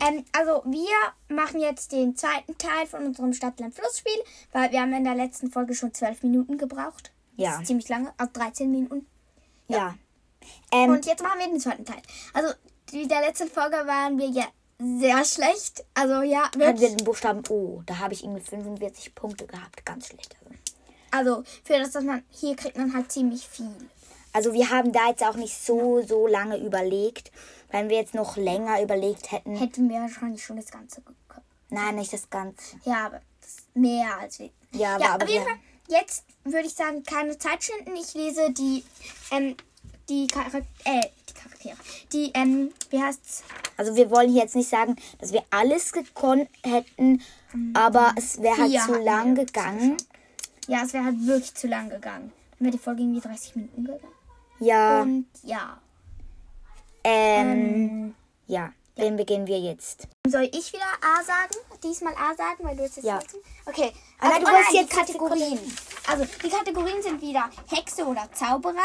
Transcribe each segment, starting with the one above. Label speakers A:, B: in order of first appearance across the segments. A: Ähm, also wir machen jetzt den zweiten Teil von unserem Stadtland-Fluss-Spiel, weil wir haben in der letzten Folge schon zwölf Minuten gebraucht.
B: Ja.
A: Das ist ziemlich lange, also 13 Minuten.
B: Ja. Ähm,
A: Und jetzt machen wir den zweiten Teil. Also in der letzten Folge waren wir ja sehr schlecht. Also ja,
B: hatten wir
A: wirklich.
B: den Buchstaben O. Da habe ich irgendwie 45 Punkte gehabt. Ganz schlecht. Also.
A: Also für das, dass man hier kriegt man halt ziemlich viel.
B: also wir haben da jetzt auch nicht so, so lange überlegt. Wenn wir jetzt noch länger überlegt hätten.
A: Hätten wir wahrscheinlich schon das Ganze gekommen.
B: Nein, nicht das Ganze.
A: Ja, aber das ist mehr als wir.
B: Ja, aber-
A: ja
B: aber
A: auf jeden
B: wir-
A: Fall. Jetzt würde ich sagen, keine Zeit schinden. Ich lese die, ähm, die Charaktere, äh, die Charaktere. Die, ähm, wie heißt's?
B: Also wir wollen hier jetzt nicht sagen, dass wir alles gekonnt hätten, aber es wäre halt
A: Vier
B: zu
A: hatten
B: lang
A: wir
B: gegangen.
A: Ja, es wäre halt wirklich zu lang gegangen. Dann wäre die Folge irgendwie 30 Minuten gegangen.
B: Ja,
A: Und ja.
B: ähm, ja, den beginnen wir jetzt.
A: Soll ich wieder A sagen? Diesmal A sagen, weil du jetzt das
B: Ja.
A: letzte- Okay.
B: Aber
A: Also,
B: du hast
A: online die
B: jetzt Kategorien.
A: Also die Kategorien sind wieder Hexe oder Zauberer,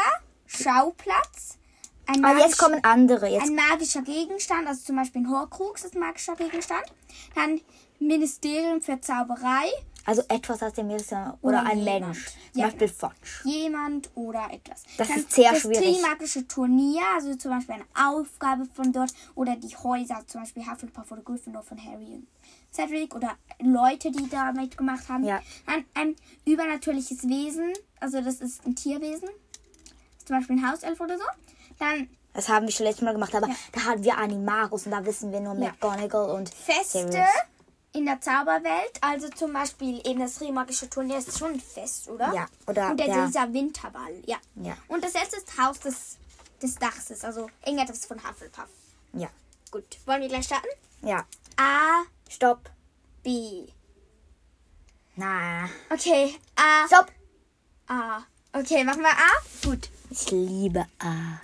A: Schauplatz, ein
B: Aber Oh, jetzt
A: magisch-
B: kommen andere. Jetzt
A: ein magischer Gegenstand, also zum Beispiel ein Horcrux ist ein magischer Gegenstand. Dann Ministerium für Zauberei,
B: Also etwas aus dem Meeresjahr oder
A: Oder
B: ein
A: jemand.
B: Mensch. Zum
A: Oh, Ja.
B: Beispiel Fudge.
A: jemand oder etwas.
B: Das
A: Dann
B: ist sehr
A: das
B: schwierig.
A: trimagische Turnier, also zum Beispiel eine Aufgabe von dort oder die Häuser, zum Beispiel Hufflepuff oder Gryffindor von Harry und Cedric oder Leute, die da mitgemacht haben.
B: Ja.
A: Dann ein übernatürliches Wesen, also das ist ein Tierwesen, zum Beispiel ein Hauself oder so. Dann
B: Das haben wir schon letztes Mal gemacht, aber da hatten wir Animagus und da wissen wir nur McGonagall und
A: Feste
B: Sirius.
A: in der Zauberwelt, also zum Beispiel eben das Remagische Turnier ist schon ein Fest, oder?
B: Ja, oder-
A: Und der,
B: ja.
A: dieser Winterball, ja.
B: Ja.
A: Und das letzte ist Haus des, des Dachs, ist, also irgendetwas von Hufflepuff.
B: Ja.
A: Gut, wollen wir gleich starten?
B: Ja.
A: A,
B: Stopp.
A: B. Ah.
B: Na.
A: Okay, A,
B: Stopp.
A: A. Okay, machen wir A? Gut.
B: Ich liebe A.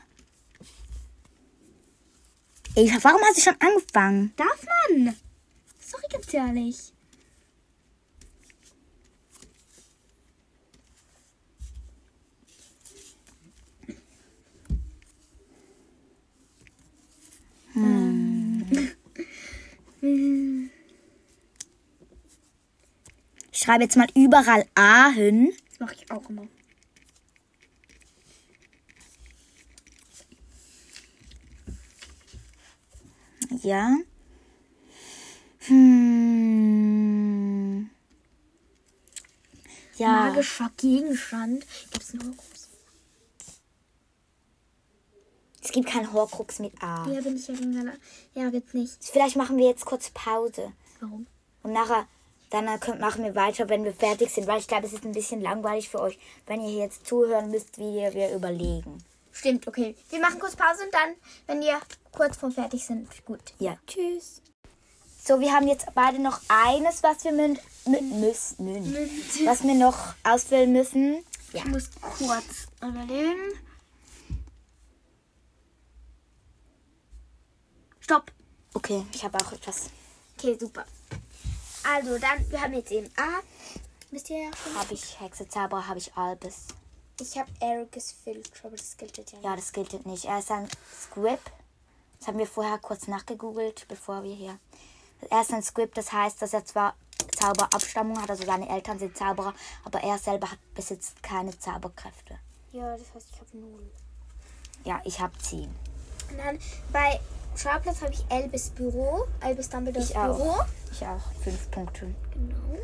B: Ich, warum hast du schon angefangen?
A: Darf man? Sorry, gibt's ja nicht.
B: Ich schreibe jetzt mal überall A hin.
A: Das mache ich auch immer.
B: Ja. Hm. Ja.
A: Magischer Gegenstand. Gibt's einen Horcrux?
B: Es gibt keinen Horcrux mit A.
A: Ja, bin ich ja gegen Ja, gibt's nicht.
B: Vielleicht machen wir jetzt kurz Pause.
A: Warum?
B: Und nachher, dann äh, könnt, machen wir weiter, wenn wir fertig sind. Weil ich glaube, es ist ein bisschen langweilig für euch, wenn ihr hier jetzt zuhören müsst, wie wir überlegen.
A: Stimmt, okay. Wir machen kurz Pause und dann, wenn wir kurz vor fertig sind, gut.
B: Ja, tschüss. So, wir haben jetzt beide noch eines, was wir mit, mit müssen, was wir noch ausfüllen müssen. Ja.
A: Ich muss kurz überlegen. Stopp.
B: Okay, ich habe auch etwas.
A: Okay, super. Also, dann, wir haben jetzt eben A. Wisst ihr ja schon?
B: Habe ich Hexe, Zauberer, habe ich Albus.
A: Ich habe Eric's Filter, aber das gilt jetzt ja nicht.
B: Ja, das gilt halt nicht. Er ist ein Squib. Das haben wir vorher kurz nachgegoogelt, bevor wir hier. Er ist ein Squib, das heißt, dass er zwar Zauberabstammung hat, also seine Eltern sind Zauberer, aber er selber hat, besitzt keine Zauberkräfte.
A: Ja, das heißt, ich habe null.
B: Ja, ich hab 10.
A: Und dann bei Schauplatz habe ich Elbes Büro. Elbes Dumbledores
B: Ich auch.
A: Büro.
B: Ich auch. 5 Punkte.
A: Genau.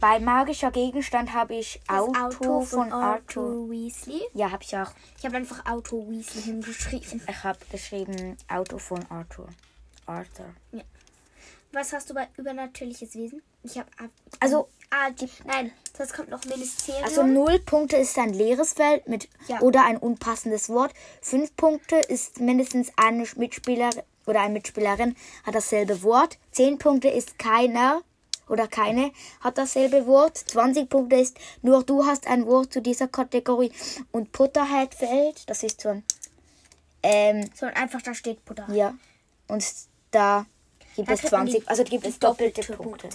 B: Bei magischer Gegenstand habe ich
A: Das
B: Auto, von Arthur.
A: Weasley.
B: Ja, habe ich auch.
A: Ich habe einfach Auto Weasley hingeschrieben.
B: Ich habe geschrieben Auto von Arthur. Arthur.
A: Was hast du bei übernatürliches Wesen? Ich habe
B: Also,
A: ah, die, nein, das kommt noch Ministerium.
B: Also null Punkte ist ein leeres Feld mit
A: Ja.
B: oder ein unpassendes Wort. Fünf Punkte ist mindestens eine Mitspieler oder eine Mitspielerin hat dasselbe Wort. Zehn Punkte ist keiner oder keine hat dasselbe Wort. 20 Punkte ist nur du hast ein Wort zu dieser Kategorie. Und Potterhead fällt, das ist so ein ähm,
A: so und einfach da steht Butter.
B: ja. Und da gibt
A: Da
B: es
A: kriegt man die
B: 20, also gibt es doppelte Punkte.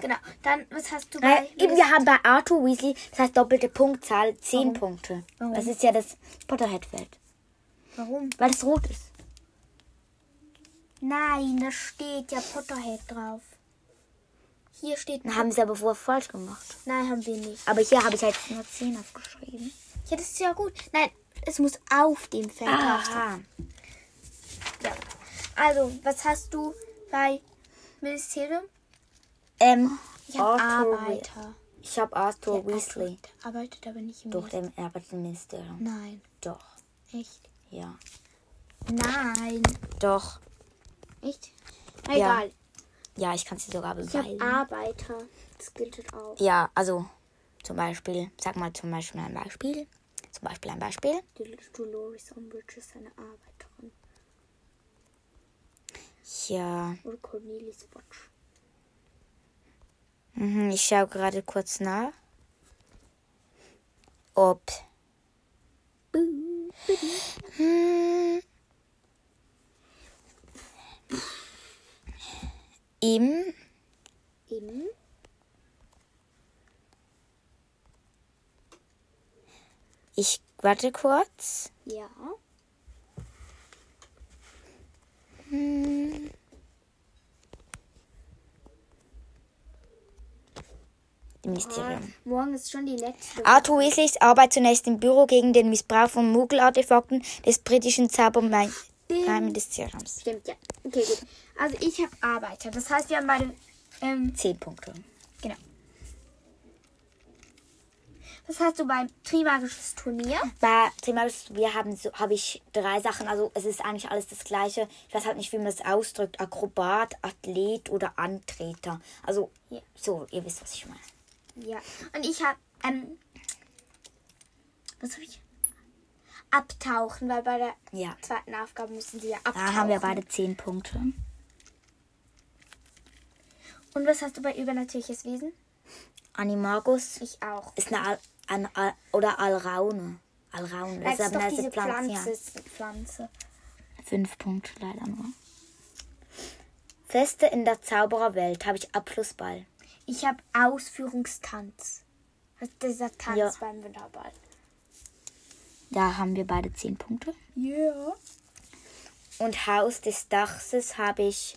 A: Genau. Dann was hast du
B: Nein,
A: bei
B: Äh, eben, wir haben bei Arthur Weasley, das heißt doppelte Punktzahl, 10 Punkte.
A: Warum?
B: Das ist ja das Potterhead-Feld,
A: Warum?
B: weil es rot ist.
A: Nein, da steht ja Potterhead drauf. Hier steht.
B: Dann haben sie aber vorher falsch gemacht.
A: Nein, haben wir nicht.
B: Aber hier habe ich halt nur 10 aufgeschrieben.
A: Ja, das ist ja gut. Nein, es muss auf dem Feld draufstehen.
B: Aha.
A: Ja. Also, was hast du bei Ministerium?
B: Ähm,
A: Ich habe
B: Arthur-
A: Arbeiter.
B: Ich habe Arthur
A: Ja,
B: Weasley.
A: Arthur, der arbeitet aber nicht im
B: Doch,
A: Ministerium.
B: der arbeitet im Ministerium.
A: Nein,
B: Doch,
A: echt.
B: ja.
A: Nein.
B: Doch.
A: Echt?
B: Ja.
A: Egal.
B: Ja, ich kann sie sogar
A: Ich habe
B: beweisen.
A: Arbeiter. Das gilt halt auch.
B: Ja, also zum Beispiel, sag mal zum Beispiel ein Beispiel. Zum Beispiel ein Beispiel.
A: Dol- Dolores Umbridge ist eine Arbeiterin.
B: Ja,
A: Oder Cornelius Fudge.
B: mhm, ich schaue gerade kurz nach, ob... Hm. Im
A: Im
B: Ich warte kurz.
A: Ja.
B: Im Ministerium.
A: Morgen ist schon die letzte.
B: Arthur Weasleys Arbeit zunächst im Büro gegen den Missbrauch von Muggel-Artefakten des britischen Zauberministeriums.
A: Stimmt, ja. Okay, gut. Also ich habe Arbeiter. Das heißt, wir haben beide. Ähm,
B: Zehn Punkte.
A: genau. Was hast du beim Trimagisches Turnier?
B: Bei Thema wir haben so, habe ich drei Sachen. Also es ist eigentlich alles das Gleiche. Ich weiß halt nicht, wie man das ausdrückt. Akrobat, Athlet oder Antreter. Also
A: Ja.
B: so, ihr wisst, was ich meine.
A: Ja. Und ich habe. Ähm, was habe ich? Abtauchen, weil bei der
B: Ja.
A: zweiten Aufgabe müssen sie ja
B: Da
A: abtauchen.
B: haben wir beide zehn Punkte.
A: Und was hast du bei Übernatürliches Wesen?
B: Animagus
A: Ich auch.
B: ist eine Al, ein Al oder Alraune. Alraune.
A: Das ist
B: aber
A: doch
B: eine
A: diese
B: Pflanze, ja.
A: Pflanze. Pflanze.
B: Fünf Punkte leider nur. Feste in der Zaubererwelt habe ich Abschlussball.
A: Ich habe Ausführungstanz. Also dieser Tanz
B: Ja.
A: beim Winterball.
B: Da haben wir beide zehn Punkte.
A: Ja. Yeah.
B: Und Haus des Dachses habe ich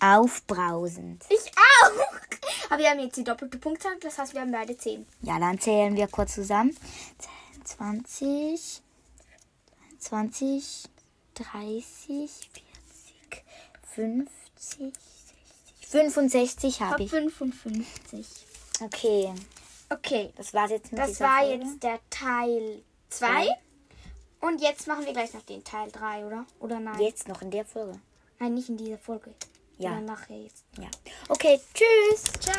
B: aufbrausend.
A: Ich auch. Aber wir haben jetzt die doppelte Punktzahl, das heißt, wir haben beide 10.
B: Ja, dann zählen wir kurz zusammen. 10, 20, 20, 30, 40, 50, 60, 65 habe
A: Top
B: ich.
A: 55.
B: Okay,
A: Okay,
B: das war's jetzt mit
A: das
B: dieser
A: war
B: Folge.
A: jetzt der Teil 2. Und jetzt machen wir gleich noch den Teil 3, oder? Oder nein?
B: Jetzt noch in der Folge.
A: Nein, nicht in dieser Folge.
B: Ja.
A: Sondern nachher jetzt.
B: Ja. Okay, tschüss.
A: Ciao.